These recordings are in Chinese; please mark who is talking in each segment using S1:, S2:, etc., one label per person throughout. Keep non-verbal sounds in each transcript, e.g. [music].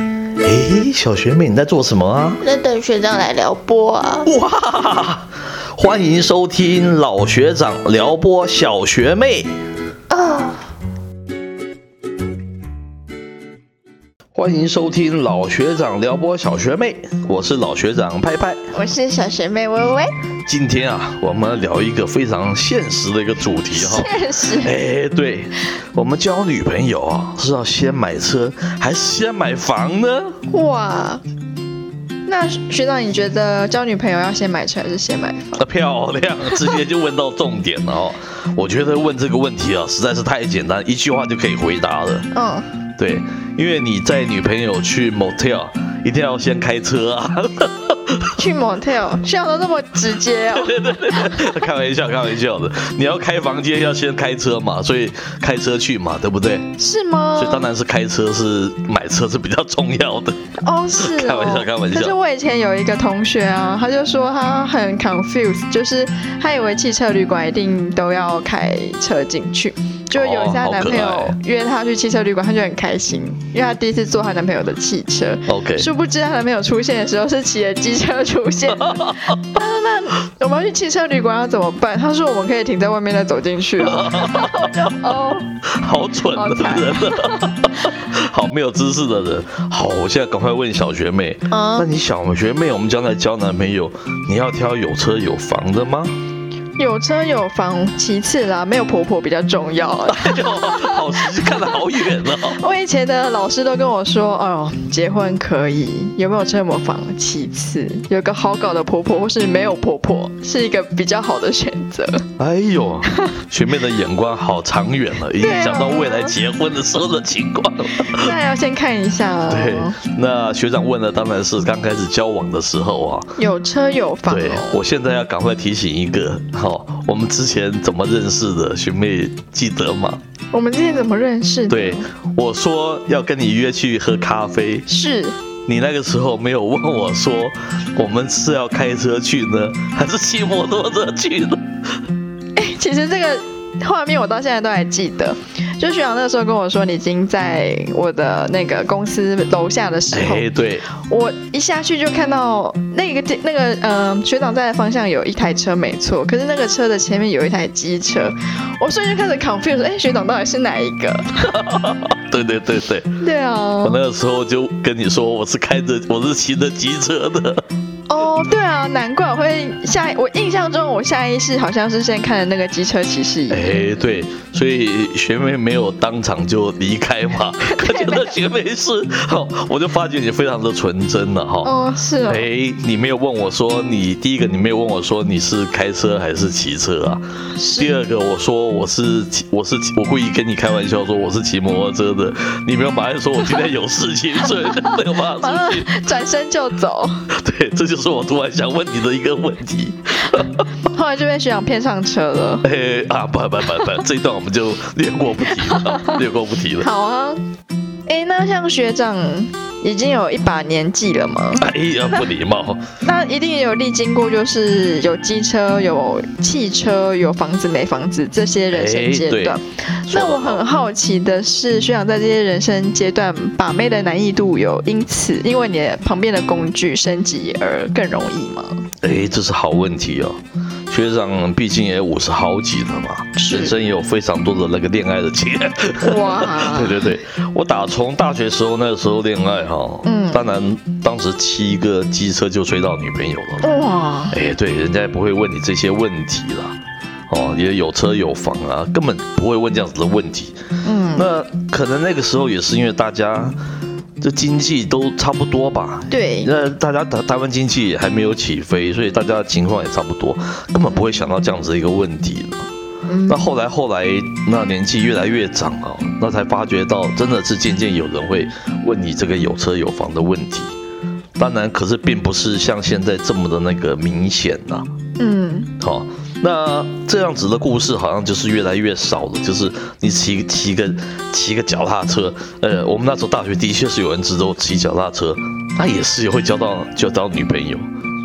S1: 哎，小学妹你在做什么啊？
S2: 我在等学长来撩拨啊。
S1: 哇，欢迎收听老学长撩拨小学妹。
S2: 啊，
S1: 欢迎收听老学长撩拨小学妹，我是老学长派派。
S2: 我是小学妹微微，
S1: 今天啊，我们聊一个非常现实的一个主题 [laughs] 哈。
S2: 确实
S1: 哎，对，我们交女朋友啊，是要先买车还是先买房呢？
S2: 哇。那学长，你觉得交女朋友要先买车还是先买房？
S1: 啊漂 [laughs] 亮，直接就问到重点了哦。我觉得问这个问题啊，实在是太简单，一句话就可以回答了。
S2: 嗯，
S1: 对，因为你带女朋友去 motel，一定要先开车啊。 [laughs]
S2: 去 motel，学长都这么直接 [laughs] 哦。
S1: 开玩笑，开玩笑的。你要开房间要先开车嘛，所以开车去嘛，对不对？
S2: 是吗？
S1: 所以当然是开车是买车是比较重要的。 [laughs]
S2: 哦，是哦
S1: 开玩笑开玩笑
S2: 但是我以前有一个同学啊，他就说他很 confused，就是他以为汽车旅馆一定都要开车进去。就有一次她
S1: 哦好可爱
S2: 男朋友约她去汽车旅馆，她就很开心，因为她第一次坐她男朋友的汽车。
S1: OK，
S2: 殊不知她男朋友出现的时候是骑着机车出现。
S1: [laughs]
S2: 他说：“那我们要去汽车旅馆要怎么办？”他说：“我们可以停在外面再走进去
S1: [laughs]
S2: 啊。”我就哦，
S1: 好蠢的人啊， [laughs] 好没有知识的人。好，我现在赶快问小学妹，
S2: 嗯
S1: 那你小学妹，我们将来交男朋友，你要挑有车有房的吗？ [laughs]
S2: 有车有房其次啦，没有婆婆比较重要。
S1: 哎呦，好实际，看得好远哦。
S2: 我以前的老师都跟我说，哦，结婚可以，有没有车有没有房其次，有个好搞的婆婆或是没有婆婆是一个比较好的选
S1: [laughs]
S2: 择。
S1: 哎呦， [laughs] 啊学妹的眼光好长远了，已经想到未来结婚的时候的情况了。
S2: 那要先看一下哦
S1: 对，那学长问的当然是刚开始交往的时候啊。
S2: 有车有房
S1: 对，
S2: 哦。
S1: 我现在要赶快提醒一个，好、我们之前怎么认识的，学妹记得吗？
S2: 我们之前怎么认识的？
S1: 对，我说要跟你约去喝咖啡，
S2: 是
S1: 你那个时候没有问我说，我们是要开车去呢，还是骑摩托车去呢？
S2: 其实这个画面我到现在都还记得，就学长那时候跟我说，你已经在我的那个公司楼下的时候，
S1: 哎，对，
S2: 我一下去就看到那个地那个呃学长在的方向有一台车没错，可是那个车的前面有一台机车，我瞬间开始 confuse，哎，学长到底是哪一个？
S1: 对对对对，
S2: 对啊
S1: 我，那个时候就跟你说，我是开着，我是骑着机车的。
S2: 哦，对啊，难怪我会下，我印象中我下意识好像是先看的那个机车骑士一样。
S1: 哎，对，所以学妹没有当场就离开 [laughs] 嘛，可见那学妹是，好，我就发觉你非常的纯真了哈。
S2: 哦，是哦，
S1: 哎，你没有问我说你第一个，你没有问我说你是开车还是骑车啊？第
S2: 是
S1: 二个，我说我是骑，我是骑我故意跟你开玩笑说我是骑摩托车的，你没有马上说我今天有事情，所以没有 [laughs] 办
S2: 马
S1: 法
S2: 上
S1: 出去。
S2: 转身就走，
S1: 对，这就是我突然想问你的一个问题。
S2: 后来就被学长骗上车了。
S1: 哎 [laughs] 啊，不不不不，这一段我们就略过不提了，略过不提了。
S2: [laughs] 好啊，哎，那像学长已经有一把年纪了吗？
S1: 哎呀，不礼貌。
S2: 那一定也有历经过，就是有机车、有汽车、有房子没房子这些 [laughs] 人
S1: 哎
S2: 生阶段。那我很好奇的是，学长在这些人生阶段把妹的难易度有因此因为你的旁边的工具升级而更容易吗？
S1: [laughs] 哎，这是好问题哦。学长毕竟也五十好几了嘛，
S2: 是
S1: 人生也有非常多的那个恋爱的经验。
S2: 哇
S1: [laughs] 对对对，我打从大学时候那个时候恋爱哈，
S2: 嗯
S1: 当然当时骑一个机车就追到女朋友了，
S2: 嗯哇，
S1: 哎，对，人家也不会问你这些问题啦，哦，也有车有房啊，根本不会问这样子的问题。
S2: 嗯，
S1: 那可能那个时候也是因为大家这经济都差不多吧。
S2: 对，
S1: 那大家台台湾经济也还没有起飞，所以大家的情况也差不多，根本不会想到这样子的一个问题了。
S2: 嗯
S1: 那后来后来，那年纪越来越长哦，那才发觉到，真的是渐渐有人会问你这个有车有房的问题。当然，可是并不是像现在这么的那个明显啊呐、
S2: 嗯，
S1: 好、那这样子的故事好像就是越来越少了。就是你骑骑个骑个脚踏车，呃，我们那时候大学的确是有人知道骑脚踏车，那也是会交到交到女朋友。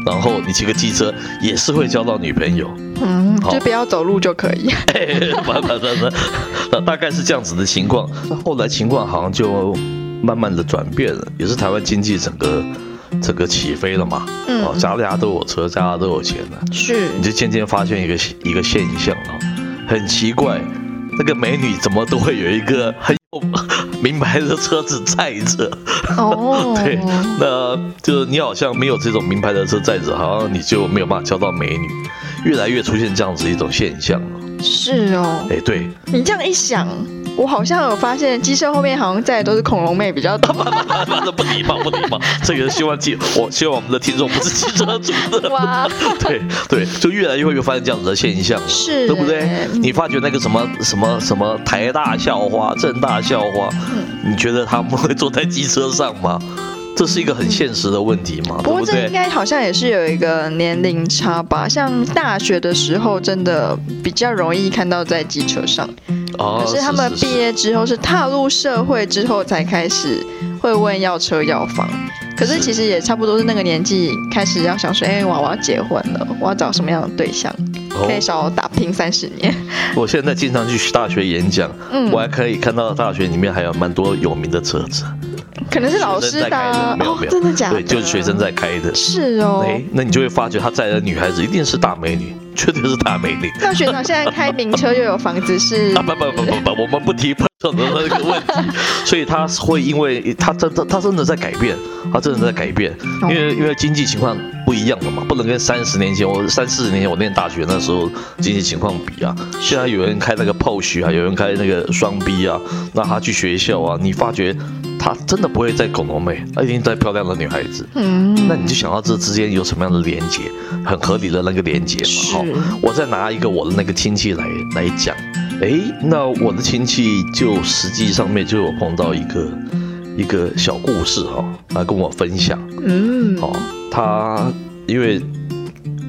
S1: 然后你骑个机车也是会交到女朋友。 [laughs] 哎
S2: 嗯，
S1: 好
S2: 就不要走路就可以。
S1: 不不不不，那大概是这样子的情况。那后来情况好像就慢慢的转变了，也是台湾经济整个整个起飞了嘛。
S2: 嗯
S1: 哦，家家都有车，家家都有钱了，
S2: 是
S1: 你就渐渐发现一个一个现象啊，很奇怪，那个美女怎么都会有一个很有名牌的车子载着。，
S2: 哦
S1: [laughs] 对，那就是你好像没有这种名牌的车载着，好像你就没有办法交到美女，越来越出现这样子一种现象了。
S2: 是哦。
S1: 哎，对，
S2: 你这样一想，我好像有发现机车后面好像载的都是恐龙妹比较多。
S1: 那不礼貌，不礼貌。这个希望记，我希望我们的听众不是汽车族的。
S2: 哇，
S1: 对对，就越来越会发现这样子的现象了。
S2: 是， [laughs]
S1: 对不对？
S2: 嗯
S1: 你发觉那个什么什么什么台大校花、政大校花，
S2: 嗯
S1: 你觉得他们会坐在机车上吗？这是一个很现实的问题嘛，
S2: 不
S1: 对
S2: 过
S1: 不
S2: 这应
S1: 对？
S2: 该好像也是有一个年龄差吧，像大学的时候真的比较容易看到在机车上，
S1: 哦，
S2: 可是他们毕业之后是踏入社会之后才开始会问要车要房，可是
S1: 是
S2: 其实也差不多是那个年纪开始要想说，哎、我我要结婚了，我要找什么样的对象，可以
S1: 哦
S2: 少打拼三十年。
S1: 我现在经常去大学演讲，
S2: 嗯
S1: 我，还可以看到大学里面还有蛮多有名的车子，
S2: 可能是老师
S1: 学生在
S2: 的
S1: 开
S2: 啊
S1: 的，没有
S2: 哦
S1: 没有
S2: 真的假的？
S1: 对，就是学生在开的。
S2: 是哦。
S1: 哎，那你就会发觉他载的女孩子一定是大美女，绝对是大美女。
S2: 那学长现在开名车又有房子是
S1: 啊不不不不不，我们不提碰撞的那个问题，所以他会因为他真的他真的在改变，他真的在改变，因为因为经济情况不一样了嘛，不能跟三十年前我三四十年前我念大学那时候经济情况比啊，现在有人开那个 POS 啊，有人开那个双 B 啊，那他去学校啊，你发觉他真的不会再恐龙妹，他一定在漂亮的女孩子。
S2: 嗯，
S1: 那你就想到这之间有什么样的连接，很合理的那个连接嘛。
S2: 是
S1: 哈，我再拿一个我的那个亲戚来来讲，诶，那我的亲戚就实际上面就有碰到一个一个小故事哈、来跟我分享。
S2: 嗯，
S1: 哦，他因为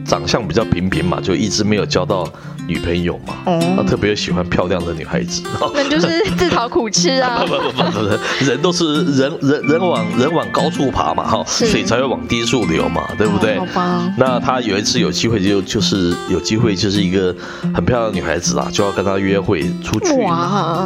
S1: 长相比较平平嘛，就一直没有交到女朋友嘛。他
S2: 哦，
S1: 特别喜欢漂亮的女孩子，
S2: 那你就是自讨苦吃啊
S1: 不。不不不不，人都是人人人往人往高处爬嘛，哈，
S2: 是
S1: 水才会往低处流嘛，对不对？
S2: 哦好吧，
S1: 那他有一次有机会就就是有机会就是一个很漂亮的女孩子啦，就要跟她约会出 [laughs] 去
S2: 哇，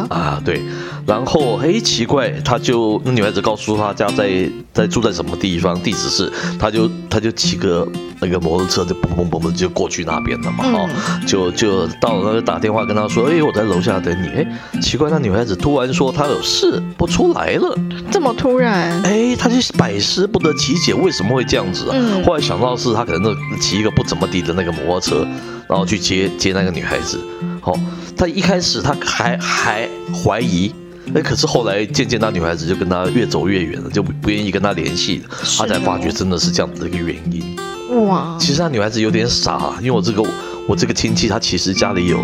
S1: 啊，对，然后嘿奇怪，他就那女孩子告诉他家在在住在什么地方，地址是，他就他就骑个那个摩托车就嘣嘣嘣嘣就过去那边了嘛，
S2: 嗯
S1: 哦，就就到了那就打电话跟他说，哎，我在楼下等你，哎，奇怪，那女孩子突然说她有事不出来了。
S2: 这么突然，
S1: 哎，他就百思不得其解，为什么会这样子啊？
S2: 嗯
S1: 后来想到是他可能那骑一个不怎么地的那个摩托车，然后去接接那个女孩子。好、他一开始他还还怀疑，哎，可是后来渐渐那女孩子就跟他越走越远了，就不不愿意跟他联系了。
S2: 是
S1: 他才
S2: 哦
S1: 发觉真的是这样子的一个原因。
S2: 哇，
S1: 其实那女孩子有点傻，啊因为我这个我这个亲戚，她其实家里有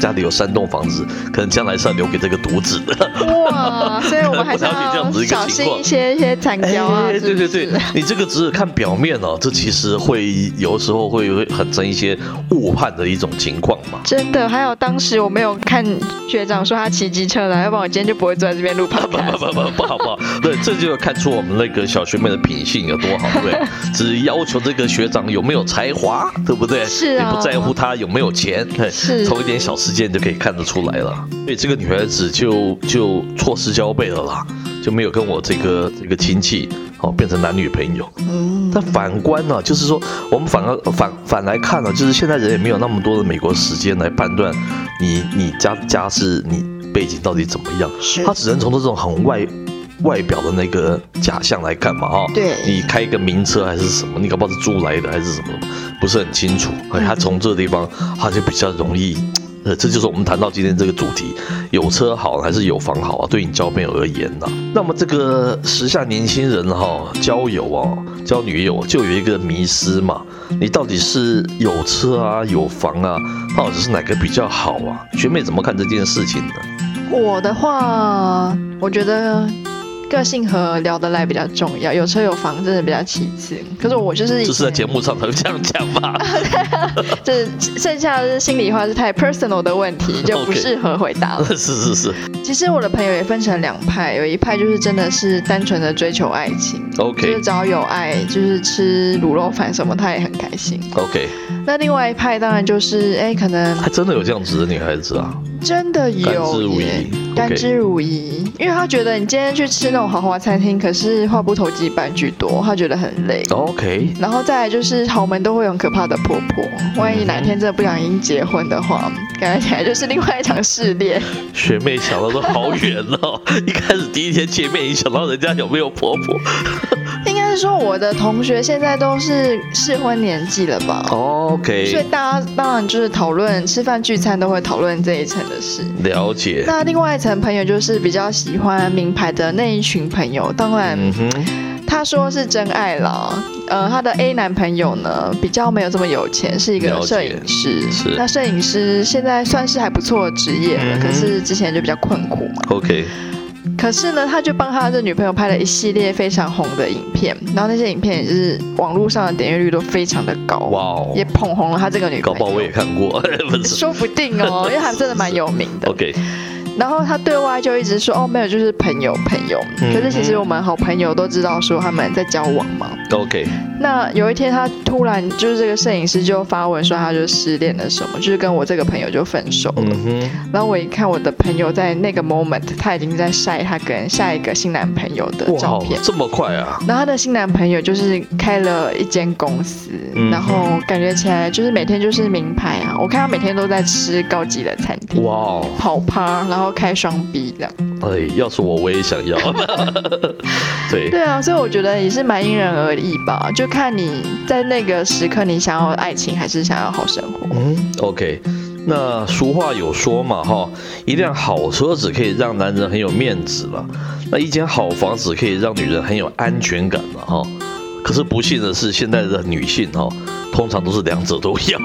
S1: 家里有三栋房子，可能将来是要留给这个独子的。
S2: 哇，所以我们还是
S1: 我了解这样子
S2: 要
S1: 一个情
S2: 小
S1: 况
S2: 心一些一些残胶啊，
S1: 哎，对对对
S2: 是不是，
S1: 你这个只是看表面哦，这其实会有时候会会产生一些误判的一种情况嘛。
S2: 真的，还有当时我没有看学长说他骑机车来，要不然我今天就不会坐在这边录 p
S1: 不不
S2: o
S1: 不不好不好，对，这就看出我们那个小学妹的品性有多好，对不对，
S2: [laughs]
S1: 只要求这个学长有没有才华，对不对？
S2: 是啊
S1: 你不在乎他有没有钱，对
S2: 是
S1: 从一点小事件就可以看得出来了。所以这个女孩子就就错失交配了啦，就没有跟我这个这个亲戚哦变成男女朋友。
S2: 嗯，
S1: 但反观呢、就是说我们反而反反来看呢、就是现在人也没有那么多的美国时间来判断你你家家世你背景到底怎么样，
S2: 是嗯
S1: 他只能从这种很外外表的那个假象来看嘛、哈。
S2: 对
S1: 你开一个名车还是什么，你搞不好是租来的还是什么的，不是很清楚。哎，
S2: 嗯
S1: 他从这个地方他就比较容易。呃，这就是我们谈到今天这个主题，有车好还是有房好啊？对你交朋友而言呢、那么这个时下年轻人哈、交友哦，交女友就有一个迷失嘛，你到底是有车啊，有房啊，到底是哪个比较好啊？学妹怎么看这件事情呢？
S2: 我的话，我觉得个性和聊得来比较重要，有车有房真的比较其次。可是我就是以
S1: 就是在
S2: 前
S1: 节目上才会这样讲吧。
S2: [laughs] 这剩下的是心里话是太 personal 的问题，就
S1: [laughs]
S2: 不
S1: OK
S2: 适合回
S1: [laughs]
S2: 答了。
S1: 是是是
S2: 其实我的朋友也分成两派，有一派就是真的是单纯的追求爱情。就是
S1: ，OK
S2: 只要有爱，就是吃卤肉饭什么，他也很开心。
S1: OK，
S2: 那另外一派当然就是，哎，可能
S1: 还真的有这样子的女孩子啊，
S2: 真的
S1: 甘之
S2: 有
S1: 无
S2: 耶
S1: 饴，
S2: 甘
S1: OK
S2: 之无饴，因为他觉得你今天去吃那种豪华餐厅，可是话不投机半句多，他觉得很累。
S1: 哦 OK，
S2: 然后再来就是豪门都会有很可怕的婆婆，万一哪天真的不小心结婚的话，感觉起来就是另外一场试炼。
S1: 学妹想到都好远哦。一开始第一天见面，你想到人家有没有婆婆？
S2: 应该是说我的同学现在都是适婚年纪了吧，
S1: 哦
S2: 所以
S1: OK，
S2: 大家当然就是讨论吃饭聚餐都会讨论这一层的事。
S1: 了解。
S2: 那另外一层朋友就是比较喜欢名牌的那一群朋友，当然
S1: 嗯哼，
S2: 他说是真爱啦。呃，他的 A 男朋友呢比较没有这么有钱，是一
S1: 了解
S2: 个摄影师。
S1: 是
S2: 那摄影师现在算是还不错的职业了，
S1: 嗯哼
S2: 可是之前就比较困苦嘛。
S1: OK，
S2: 可是呢，他就帮他的女朋友拍了一系列非常红的影片，然后那些影片也是网络上的点阅率都非常的高，
S1: 哇哦
S2: 也，捧红了他这个女
S1: 搞
S2: 朋
S1: 不好
S2: 友。
S1: 我也看过， [laughs] 不是哦
S2: 说不定
S1: [laughs]
S2: 哦，因为他真的蛮有名的。
S1: OK，
S2: 然后他对外就一直说哦，没有，就是朋友朋友。
S1: 嗯
S2: 可是其实我们好朋友都知道说他们在交往嘛。
S1: OK，
S2: 那有一天他突然就是这个摄影师就发文说他就失恋了什么，就是跟我这个朋友就分手了。
S1: 嗯哼，
S2: 然后我一看我的朋友在那个 moment，他已经在晒他跟下一个新男朋友的照
S1: 哇
S2: 片，。
S1: 这么快啊！
S2: 然后她的新男朋友就是开了一间公司，
S1: 嗯
S2: 然后感觉起来就是每天就是名牌啊，我看他每天都在吃高级的餐厅，
S1: 哇哦，
S2: 跑趴，然后开双臂这样。
S1: 哎，要是我我也想要。 [laughs] 对，
S2: 对啊，所以我觉得也是蛮因人而异吧，就看你在那个时刻你想要爱情还是想要好生活。
S1: 嗯，OK。那俗话有说嘛，哈，一辆好车子可以让男人很有面子了，那一间好房子可以让女人很有安全感了，哈。可是不幸的是，现在的女性哈，通常都是两者都要，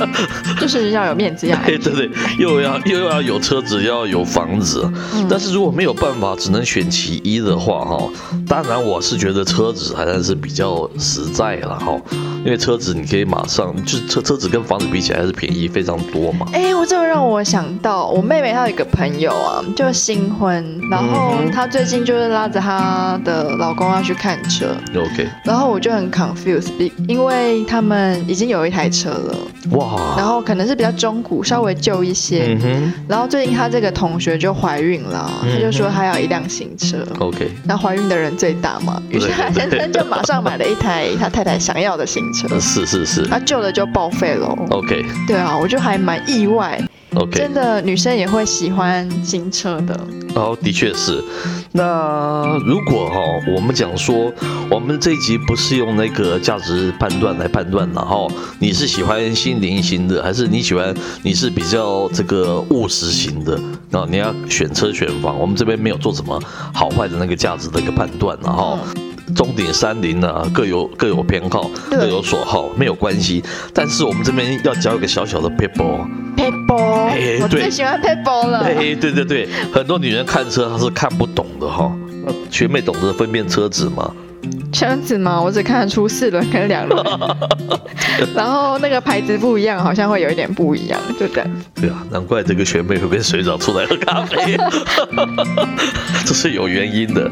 S1: [laughs]
S2: 就是要有面子，要爱
S1: 对对对，又要又要有车子，又要有房子。
S2: 嗯
S1: 但是如果没有办法，只能选其一的话，哈，当然我是觉得车子还算是比较实在了，哈，因为车子你可以马上，就是车车子跟房子比起来还是便宜非常多嘛。
S2: 哎、我这个让我想到，我妹妹她有一个朋友啊，就是新婚，然后
S1: 嗯哼
S2: 她最近就是拉着她的老公要去看车，
S1: OK，
S2: 然后我就很 confused，比因为他们已经有一台车了，然
S1: 哇，
S2: 后可能是比较中古，稍微旧一些。
S1: 嗯哼
S2: 然后最近她这个同学就怀孕了啊，她就说
S1: 嗯
S2: 她要一辆新车。
S1: ，OK，
S2: 然后怀孕的人最大嘛，于
S1: 对
S2: 是她
S1: 对
S2: 先
S1: 对
S2: 生就马上买了一台她太太想要的新车，
S1: 呃是是是
S2: 那旧的就报废了。
S1: ，OK
S2: 对啊，我就还蛮意外，
S1: OK，
S2: 真的女生也会喜欢新车的。
S1: 然后哦的确是，那如果哈、我们讲说，我们这一集不是用那个价值判断来判断，然后你是喜欢心灵型的，还是你喜欢你是比较这个务实型的啊？你要选车选房，我们这边没有做什么好坏的那个价值的一个判断，然后。
S2: 嗯
S1: 中鼎山林呢、各有各有偏好，
S2: 对
S1: 各有所好，没有关系。但是我们这边要教一个小小的 people，
S2: p a p e
S1: 哎
S2: r 我
S1: 对
S2: 最喜欢 p a p [laughs] e r 了。
S1: 哎， [laughs] 对对对，很多女人看车她是看不懂的哈、那学妹懂得分辨车子吗？
S2: 车子嘛，我只看得出四轮跟两
S1: [laughs]
S2: 轮，然后那个牌子不一样，好像会有一点不一样，就这样。
S1: 对啊，难怪这个学妹会被水长出来喝咖啡， [laughs] 这是有原因的。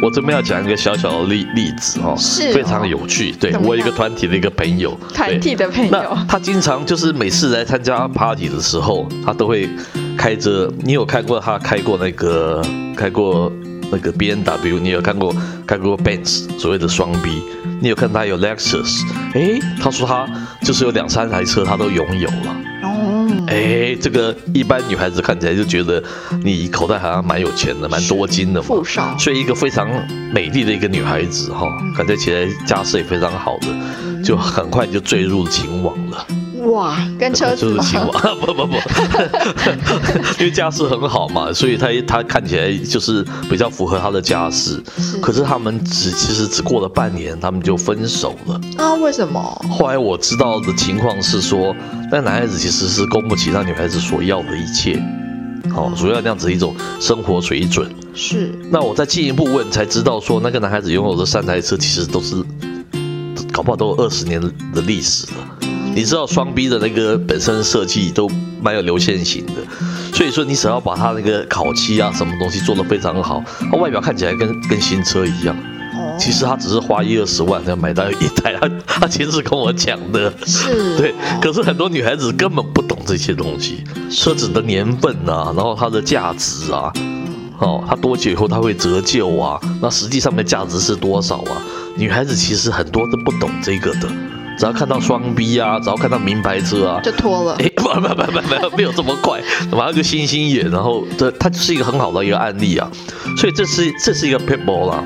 S1: 我这边要讲一个小小的例例子哈、
S2: 是哦
S1: 非常有趣。对
S2: 怎么样
S1: 我有一个团体的一个朋友，
S2: 团体的朋
S1: 对。
S2: 友
S1: 那，他经常就是每次来参加 party 的时候，他都会开着。你有看过他开过那个开过那个 B N W？你有看过开过 Benz 所谓的双 B？你有看他有 Lexus？诶，他说他就是有两三台车他都拥有了。
S2: 哦，
S1: 哎，这个一般女孩子看起来就觉得你口袋好像蛮有钱的，蛮多金的嘛。
S2: 富少，
S1: 所以一个非常美丽的一个女孩子哈、
S2: 嗯
S1: 感觉起来家世也非常好的，就很快就坠入情网了。
S2: 哇，跟车子
S1: 就是
S2: 吗？
S1: 情网， [laughs] 不不不，因为家世很好嘛，所以他他看起来就是比较符合他的家世。
S2: 是
S1: 可是他们只其实只过了半年，他们就分手了。
S2: 啊，为什么？
S1: 后来我知道的情况是说，那男孩子其实是供不起那女孩子所要的一切，哦，主要那样子一种生活水准。
S2: 是
S1: 那我再进一步问才知道说，那个男孩子拥有的三台车其实都是，搞不好都有二十年的历史了。你知道双 B 的那个本身设计都蛮有流线型的，所以说你只要把它那个烤漆啊什么东西做得非常好，它外表看起来跟跟新车一样，
S2: 哦
S1: 其实他只是花一二十万才买到一台， [laughs] 他他亲自跟我讲的。
S2: 哦是，
S1: 对，可是很多女孩子根本不懂这些东西，车子的年份啊，然后它的价值啊，哦，它多久以后它会折旧啊？那实际上面价值是多少啊？女孩子其实很多都不懂这个的，只要看到双 B 啊，只要看到名牌车啊，
S2: 就脱了。
S1: 哎，不不不不没有没有这么快，马上就星星眼，然后这它就是一个很好的一个案例啊，所以这是这是一个啊 p i t b a l l 啦。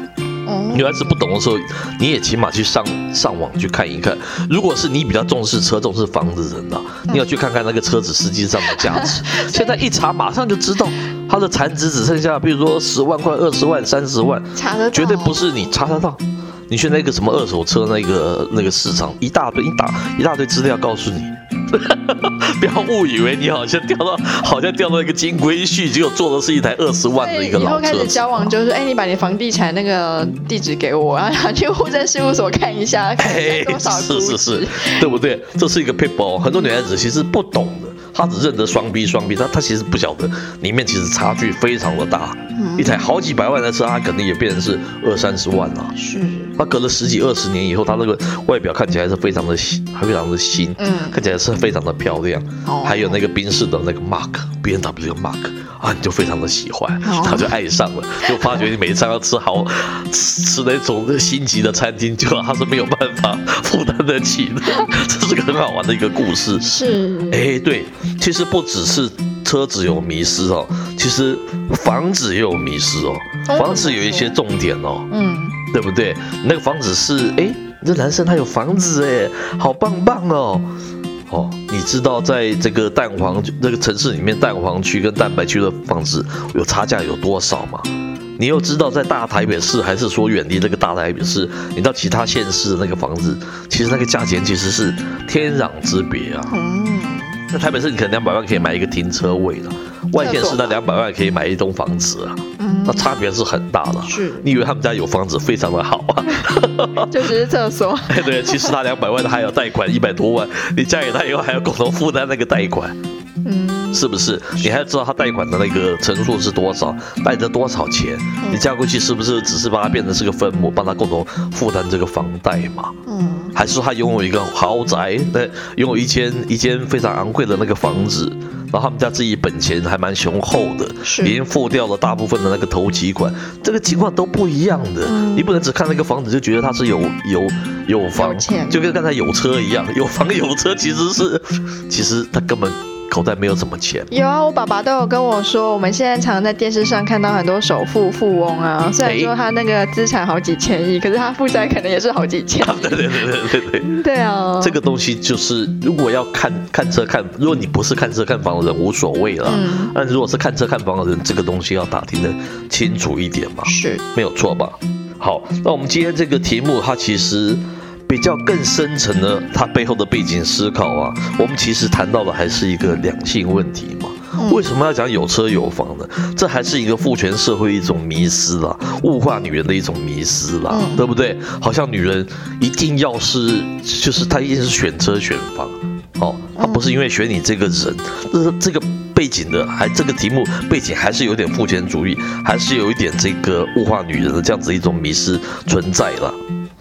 S2: 哦
S1: 女孩子不懂的时候，你也起码去上上网去看一看。如果是你比较重视车、重视房子的人呐、啊
S2: 嗯
S1: 你要去看看那个车子实际上的价
S2: [laughs]
S1: 值。现在一查，马上就知道它的残值只剩下，比如说十万块、二十万、三十万，
S2: 查得到，
S1: 绝对不是你查得到。你去那个什么二手车那个那个市场，一大堆一大一大堆资料告诉你。 [laughs] 不要误以为你好像掉到好像掉到一个金龟婿，结果坐的是一台二十万的一个
S2: 以后
S1: 老
S2: 开
S1: 车
S2: 始
S1: 子。
S2: 交往就是，哎，你把你房地产那个地址给我， [laughs] 然后拿去户政事务所看
S1: [laughs]
S2: 一下，看一
S1: 哎
S2: 下多少，估
S1: 是是是
S2: 值。，
S1: 对不对？这是一个 people，很多女孩子其实不懂的，她只认得双 B 双 B，她她其实不晓得里面其实差距非常的大，
S2: 嗯
S1: 一台好几百万的车，她可能也变成是二三十万了、
S2: 是，
S1: 她隔了十几二十年以后，她那个外表看起来是非常的新，还非常的新，
S2: 嗯
S1: 看起来是非常的漂亮，
S2: 哦
S1: 还有那个宾士的那个 Mark B N W 的 Mark 啊，你就非常的喜欢，
S2: 哦
S1: 她就爱上了，就发觉你每一餐要吃好吃吃那种星级的餐厅，就她是没有办法负担得起的， [laughs] 这是个很好玩的一个故事。
S2: 是，
S1: 哎，对，其实不只是车子有迷失哦，其实房子也有迷失哦，
S2: 哦
S1: 房子有一些重点哦。
S2: 嗯，
S1: 对不对？那个房子是哎，你这男生他有房子哎，好棒棒哦。哦，你知道在这个蛋黄这个城市里面，蛋黄区跟蛋白区的房子有差价有多少吗？你又知道在大台北市，还是说远离这个大台北市，你到其他县市的那个房子，其实那个价钱其实是天壤之别啊。
S2: 嗯，
S1: 那台北市你可能两百万可以买一个停车位了，外县市那
S2: 厕所
S1: 两百万可以买一栋房子啊，那
S2: 嗯，
S1: 差别是很大的。
S2: 是，
S1: 你以为他们家有房子非常的好啊？
S2: 就只是厕所，
S1: 哎，对，其实他两百万他还有贷款一百多万，你嫁给他以后还要共同负担那个贷款，
S2: 嗯，
S1: 是不是？你还要知道他贷款的那个成数是多少，贷着多少钱，你嫁过去是不是只是把他变成是个分母，帮他共同负担这个房贷嘛？
S2: 嗯，
S1: 还是说他拥有一个豪宅，那拥有一间一间非常昂贵的那个房子，然后他们家自己本钱还蛮雄厚的，
S2: 是
S1: 已经付掉了大部分的那个头期款，这个情况都不一样的。
S2: 嗯
S1: 你不能只看那个房子就觉得他是有有有房，
S2: 有钱
S1: 就跟刚才有车一样， [laughs] 有房有车其实是其实他根本口袋没有什么钱。 [laughs]
S2: 有啊，我爸爸都有跟我说，我们现在常在电视上看到很多首富富翁啊，虽然
S1: 哎
S2: 说他那个资产好几千亿，可是他负债可能也是好几千
S1: 对对对对对对。
S2: 亿。对啊，
S1: 这个东西就是，如果要看看车看，如果你不是看车看房的人，无所谓了。
S2: 嗯
S1: 但如果是看车看房的人，这个东西要打听的清楚一点嘛，
S2: 是，
S1: 没有错吧？好，那我们今天这个题目，它其实比较更深层的，它背后的背景思考啊，我们其实谈到的还是一个两性问题嘛。
S2: 嗯
S1: 为什么要讲有车有房呢？这还是一个父权社会一种迷失啦，物化女人的一种迷失啦，
S2: 嗯
S1: 对不对？好像女人一定要是，就是她一定是选车选房，哦，她
S2: 嗯
S1: 不是因为选你这个人，这是这个背景的，还这个题目背景还是有点父权主义，还是有一点这个物化女人的这样子一种迷失存在啦。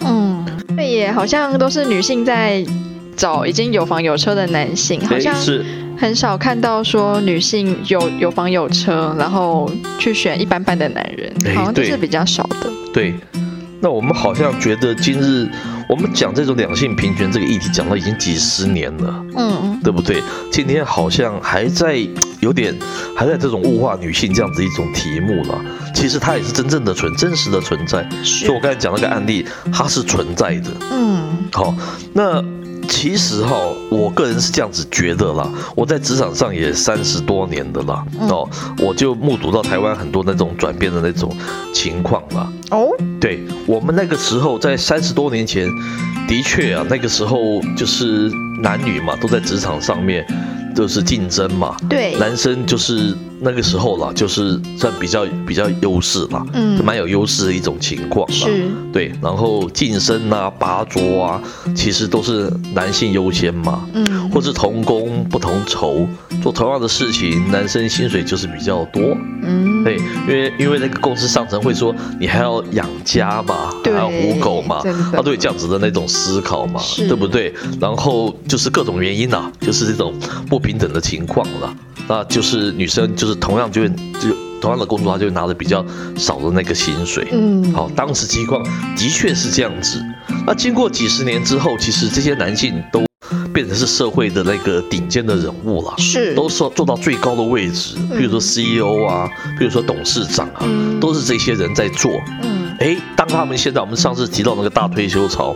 S2: 嗯，对耶，好像都是女性在找已经有房有车的男性，好
S1: 哎
S2: 像
S1: 是
S2: 很少看到说女性有有房有车，然后去选一般般的男人
S1: 哎，
S2: 好像这
S1: 对
S2: 是比较少的。
S1: 对，那我们好像觉得今日我们讲这种两性平权这个议题，讲到已经几十年了。
S2: 嗯，
S1: 对不对？今天好像还在有点还在这种物化女性这样子一种题目了。其实它也是真正的存真实的存在，所以
S2: 是
S1: 我，刚才讲那个案例，它是存在的。
S2: 嗯
S1: 好，那其实哈，我个人是这样子觉得啦，我在职场上也三十多年的啦，
S2: 嗯
S1: 哦，我就目睹到台湾很多那种转变的那种情况啦。
S2: 哦，
S1: 对我们那个时候，在三十多年前，的确啊，那个时候就是男女嘛，都在职场上面就是竞争嘛。
S2: 对，
S1: 男生就是那个时候啦，就是算比较比较优势啦，
S2: 嗯
S1: 蛮有优势的一种情况啦。
S2: 是，
S1: 对，然后晋升啊、拔擢啊，其实都是男性优先嘛，
S2: 嗯，
S1: 或是同工不同酬，做同样的事情，男生薪水就是比较多。
S2: 嗯，
S1: 对，因为因为那个公司上层会说你还要养家嘛，还
S2: 对
S1: 要糊口嘛
S2: 真，的
S1: 他对这样子的那种思考嘛，
S2: 是
S1: 对不对？然后就是各种原因啦、就是这种不平等的情况啦。那就是女生就是同样就会就同样的工作，她就会拿的比较少的那个薪水。
S2: 嗯，
S1: 好，当时情况的确是这样子。那经过几十年之后，其实这些男性都变成是社会的那个顶尖的人物了。
S2: 是
S1: [laughs] 都是要做到最高的位置，比如说 CEO 啊，比如说董事长啊，
S2: 嗯
S1: 都是这些人在做。
S2: 嗯
S1: 诶，当他们现在我们上次提到那个大退休潮，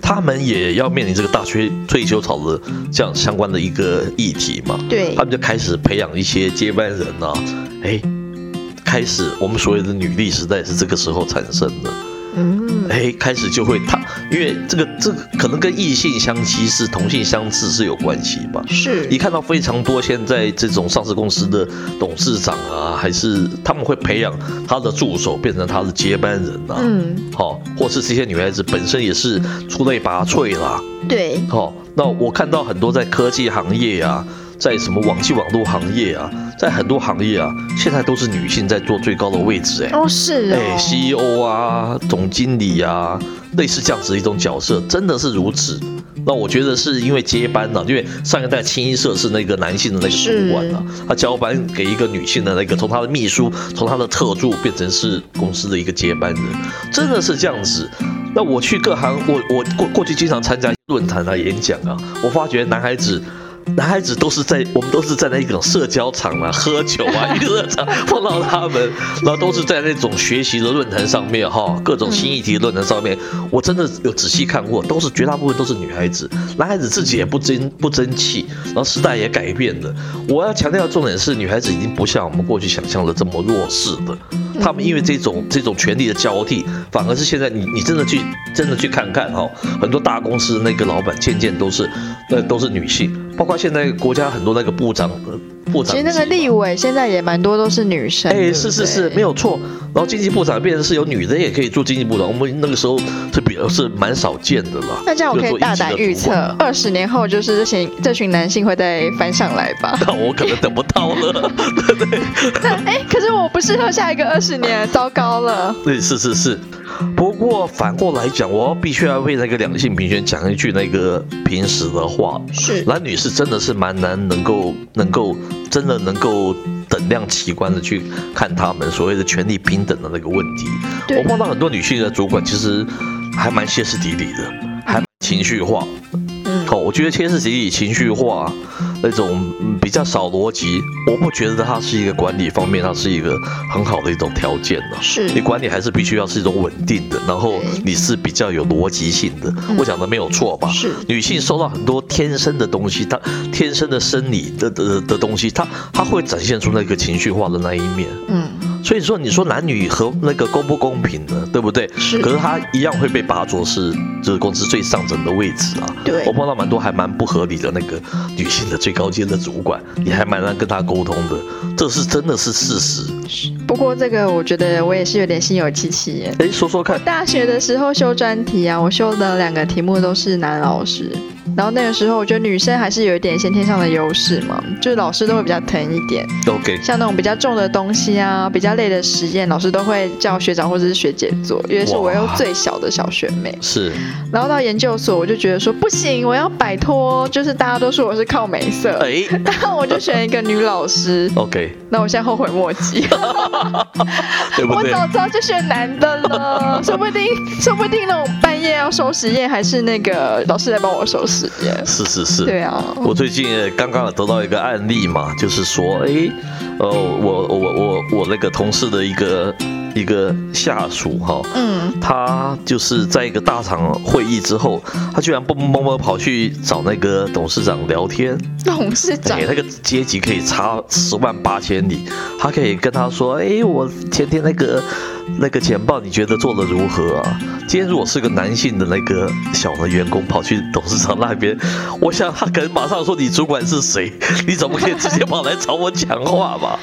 S1: 他们也要面临这个大退退休潮的这样相关的一个议题嘛，
S2: 对
S1: 他，们就开始培养一些接班人啊，诶，开始我们所谓的女力时代是这个时候产生的。
S2: 嗯
S1: 哎，开始就会他，因为这个这个可能跟异性相吸是同性相斥是有关系吧。
S2: 是
S1: 你看到非常多现在这种上市公司的董事长啊，还是他们会培养他的助手变成他的接班人啊，
S2: 嗯
S1: 好、或是这些女孩子本身也是出类拔萃啦，
S2: 对
S1: 好、那我看到很多在科技行业啊，在什么网际网络行业啊，在很多行业啊，现在都是女性在做最高的位置、哎、
S2: 哦是哦
S1: 哎，CEO 啊，总经理啊，类似这样子的一种角色，真的是如此。那我觉得是因为接班了、因为上一代清一社是那个男性的那个主管啊，他交班给一个女性的那个，从他的秘书，从他的特助变成是公司的一个接班人，真的是这样子。那我去各行，我我过过去经常参加论坛啊、演讲啊，我发觉男孩子。男孩子都是在我们都是在那种社交场啊、喝酒啊、娱乐场碰到他们，然后都是在那种学习的论坛上面哈，各种新议题的论坛上面，我真的有仔细看过，都是绝大部分都是女孩子，男孩子自己也不争不争气，然后时代也改变了。我要强调的重点是，女孩子已经不像我们过去想象的这么弱势的，
S2: 嗯
S1: 她们因为这种这种权力的交替，反而是现在你你真的去真的去看看哈、很多大公司那个老板渐渐都是那、都是女性，包括现在国家很多那个部长呃部长
S2: 其实那个
S1: 级
S2: 立委现在也蛮多都是女生，
S1: 哎，
S2: 对不
S1: 是是
S2: 对
S1: 是，没有错。然后经济部长变成是有女的也可以做经济部长，我们那个时候是比较是蛮少见的啦。
S2: 那这样我可
S1: 就
S2: 以
S1: 是做
S2: 大
S1: 一级的
S2: 胆预
S1: 主
S2: 测
S1: 管。，
S2: 二十年后就是这群这群男性会再翻上来
S1: [laughs]。
S2: 吧
S1: 那我可能等不到了，对不对？
S2: 那哎、可是我不适合下一个二十年，糟糕了。
S1: 对，嗯是是是。不过反过来讲，我要必须要为那个两性平权讲一句那个平时的话，
S2: 是
S1: 男女是真的是蛮难能够能够真的能够等量齐观的去看他们所谓的权利平等的那个问题。
S2: 对
S1: 我碰到很多女性的主管，其实还蛮歇斯底里的，还蛮情绪化。
S2: 嗯
S1: 哦，我觉得歇斯底里、情绪化那种嗯比较少逻辑，我不觉得它是一个管理方面，它是一个很好的一种条件啊呢、
S2: 是
S1: 你管理还是必须要是一种稳定的，然后
S2: 对
S1: 你是比较有逻辑性的。
S2: 嗯
S1: 我讲的没有错吧？
S2: 是
S1: 女性受到很多天生的东西，她天生的生理的的的东西，她她会展现出那个情绪化的那一面。
S2: 嗯
S1: 所以说，你说男女和那个公不公平呢？对不对？
S2: 是
S1: 可是他一样会被拔擢是就是公司最上层的位置啊。
S2: 对
S1: 我碰到蛮多还蛮不合理的那个女性的最高阶的主管，你还蛮难跟她沟通的，这是真的是事实。
S2: 不过这个我觉得我也是有点心有戚戚耶。
S1: 哎，说说看，
S2: 大学的时候修专题啊，我修的两个题目都是男老师，然后那个时候我觉得女生还是有一点先天上的优势嘛，就是老师都会比较疼一点，
S1: OK，
S2: 像那种比较重的东西啊，比较累的实验，老师都会叫学长或者是学姐做，因为是我又
S1: 哇
S2: 最小的小学妹。
S1: 是
S2: 然后到研究所，我就觉得说不行，我要摆脱，就是大家都说我是靠美色，
S1: 哎。
S2: 然后我就选一个女老师
S1: OK， [laughs]
S2: 那我现在后悔莫及，
S1: 对不
S2: 我
S1: 对？
S2: 早知道就选男的
S1: [laughs]
S2: 了，说不定说不定那种半夜要收实验，还是那个老师来帮我收实验。
S1: 是是是。
S2: 对啊，
S1: 我最近也刚刚得到一个案例嘛，就是说，诶，呃，我我我我那个同事的一个一个下属哈、
S2: 嗯，
S1: 他就是在一个大厂会议之后，他居然蹦蹦蹦蹦跑去找那个董事长聊天，
S2: 董事长
S1: 哎，那个阶级可以差十万八千里，他可以跟他说，哎，我前天那个那个简报你觉得做的如何啊？今天如果是个男性的那个小的员工跑去董事长那边，我想他可能马上说你主管是谁，你怎么可以直接跑来找我讲话吧？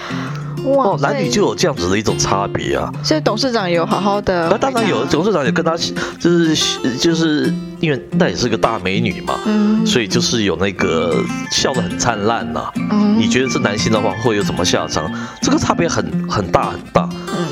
S2: 哇
S1: 哦，男女就有这样子的一种差别啊。
S2: 所以董事长有好好的，
S1: 那当然有，董事长也跟她就是就是因为那也是个大美女嘛，
S2: 嗯，
S1: 所以就是有那个笑得很灿烂啊呐、
S2: 嗯
S1: 你觉得是男性的话会有什么下场？这个差别很很大很大。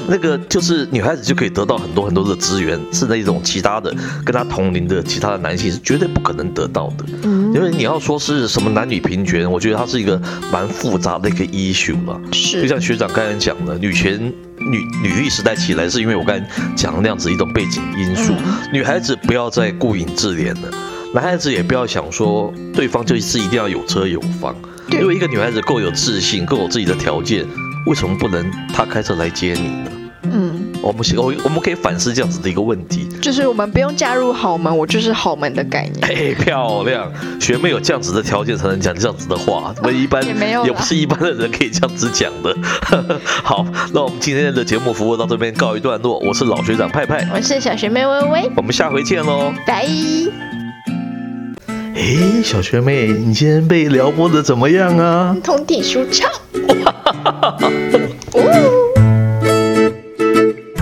S1: 那个就是女孩子就可以得到很多很多的资源，是那种其他的跟她同龄的其他的男性是绝对不可能得到的。
S2: 嗯
S1: 因为你要说是什么男女平权，我觉得它是一个蛮复杂的一个 issue 了。就是像学长刚才讲的，女权女女力时代起来，是因为我刚才讲的那样子一种背景因
S2: 嗯
S1: 素。女孩子不要再顾影自怜了，男孩子也不要想说对方就是一定要有车有房。
S2: 对
S1: 因为一个女孩子够有自信，够有自己的条件，为什么不能她开车来接你呢？
S2: 嗯，
S1: 我们我我们可以反思这样子的一个问题。 [laughs]
S2: 就是我们不用加入豪门，我就是豪门的概念。
S1: 哎，漂亮！学妹有这样子的条件才能讲这样子的话，我们一般
S2: 也没有啦
S1: 不是一般的人可以这样子讲的。 [laughs] 好，那我们今天的节目服务到这边告一段落，我是老学长派派，
S2: 我是小学妹微微，
S1: 我们下回见喽。
S2: 拜。
S1: 哎，小学妹，你今天被撩拨的怎么样啊？
S2: 通体舒畅。